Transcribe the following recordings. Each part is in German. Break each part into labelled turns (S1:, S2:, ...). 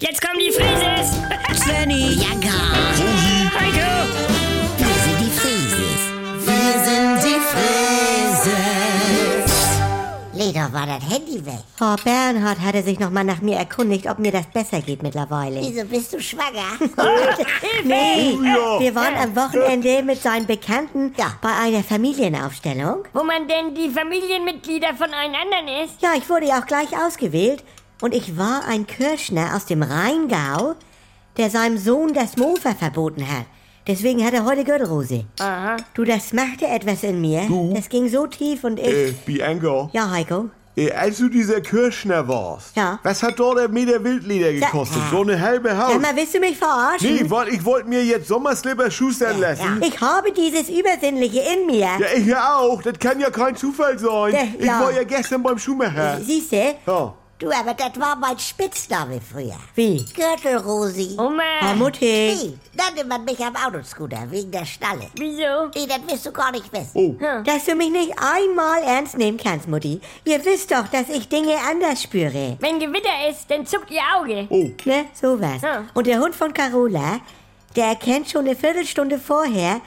S1: Jetzt kommen die Frises!
S2: Svenny,
S3: Ja, gar.
S1: Heiko!
S3: Wir sind die Frieses. Wir sind die Frieses. Leder war das Handy weg.
S2: Frau Oh, Bernhard hatte sich nochmal nach mir erkundigt, ob mir das besser geht mittlerweile.
S3: Wieso bist du schwanger?
S2: Nee, wir waren am Wochenende mit seinen Bekannten
S3: Ja.
S2: bei einer Familienaufstellung.
S1: Wo man denn die Familienmitglieder von einem anderen ist?
S2: Ja, ich wurde ja auch gleich ausgewählt. Und ich war ein Kirschner aus dem Rheingau, der seinem Sohn das Mofa verboten hat. Deswegen hat er heute Gürtelrose.
S1: Aha.
S2: Du, das machte etwas in mir.
S4: Du?
S2: Das ging so tief und ich...
S4: Äh, Bianca,
S2: Ja, Heiko.
S4: äh, als du dieser Kirschner warst,
S2: Ja.
S4: was hat dort der Meter Wildleder gekostet?
S2: Ja.
S4: So eine halbe
S2: Sag
S4: Haut.
S2: mal, willst du mich verarschen?
S4: nee, wollt, ich wollte mir jetzt Sommerslipper schustern lassen.
S2: Ich habe dieses Übersinnliche in mir.
S4: Ja, ich ja auch. Das kann ja kein Zufall sein.
S2: Ja,
S4: ich
S2: ja.
S4: war ja gestern beim Schuhmacher.
S2: Siehst du?
S4: Ja.
S3: Du, aber das war mein Spitzname früher.
S2: Wie?
S3: Gürtelrosi.
S2: Frau
S1: Oma!
S2: Mutti.
S3: Nee, nannte man mich am Autoscooter wegen der Schnalle.
S1: Wieso?
S3: Nee, das wirst du gar nicht wissen.
S4: Oh,
S2: Dass du mich nicht einmal ernst nehmen kannst, Mutti. Ihr wisst doch, dass ich Dinge anders spüre.
S1: Wenn Gewitter ist, dann zuckt ihr Auge.
S4: oh.
S2: Ne, sowas.
S1: Ja.
S2: Und der Hund von Carola, der erkennt schon eine Viertelstunde vorher,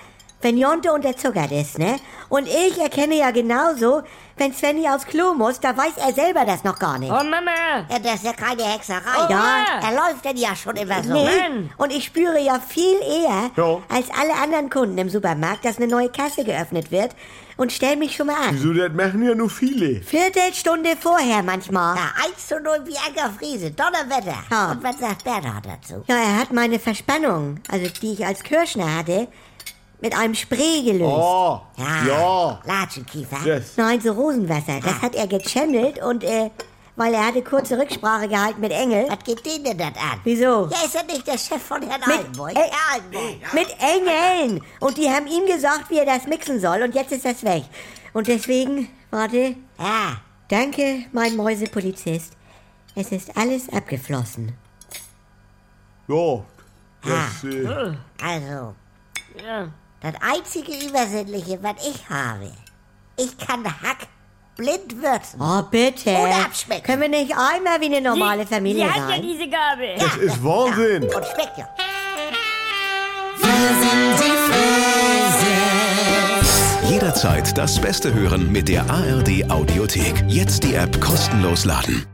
S2: wenn Jonte unterzuckert ist, ne? Und ich erkenne ja genauso, wenn Svenny aufs Klo muss, da weiß er selber das noch gar nicht.
S1: Oh Mama!
S3: Ja, das ist ja keine Hexerei.
S1: Ja.
S3: Er läuft denn Oh, ja schon immer so.
S2: Nee.
S1: also Mann.
S2: Und ich spüre ja viel eher
S4: Ja.
S2: als alle anderen Kunden im Supermarkt, dass eine neue Kasse geöffnet wird und stell mich schon mal an.
S4: Wieso, das machen ja nur viele.
S2: Viertelstunde vorher manchmal.
S3: Ja, 1 zu 0 Bianca Friese, Donnerwetter.
S2: Ja.
S3: Und was sagt Bernhard dazu?
S2: Ja, er hat meine Verspannung, also die ich als Kirschner hatte, mit einem Spray gelöst.
S4: Oh, ja.
S3: Latschenkiefer.
S4: Yes.
S2: Nein, so Rosenwasser. Das hat er gechannelt und, äh, weil er hatte kurze Rücksprache gehalten mit Engel.
S3: Was geht denen denn das an?
S2: Wieso?
S3: Ja, Äh. ist er nicht der Chef von Herrn
S2: Mit-
S3: Altenburg?
S2: Ey.
S3: Herr Altenburg.
S2: Mit Engeln! Und die haben ihm gesagt, wie er das mixen soll und jetzt ist das weg. Und deswegen, warte.
S3: Ja,
S2: Danke, mein Mäusepolizist. Es ist alles abgeflossen.
S4: Ja. Das, äh,
S3: also,
S1: Ja.
S3: das einzige Übersinnliche, was ich habe, ich kann Hack blind würzen.
S2: Oh, bitte.
S3: Ohne abschmecken.
S2: Können wir nicht einmal wie eine normale Familie
S1: Sie hat ja
S2: sein?
S1: diese Gabe.
S4: das ist Wahnsinn.
S3: Und schmeckt ja.
S5: Jederzeit das Beste hören mit der ARD Audiothek. Jetzt die App kostenlos laden.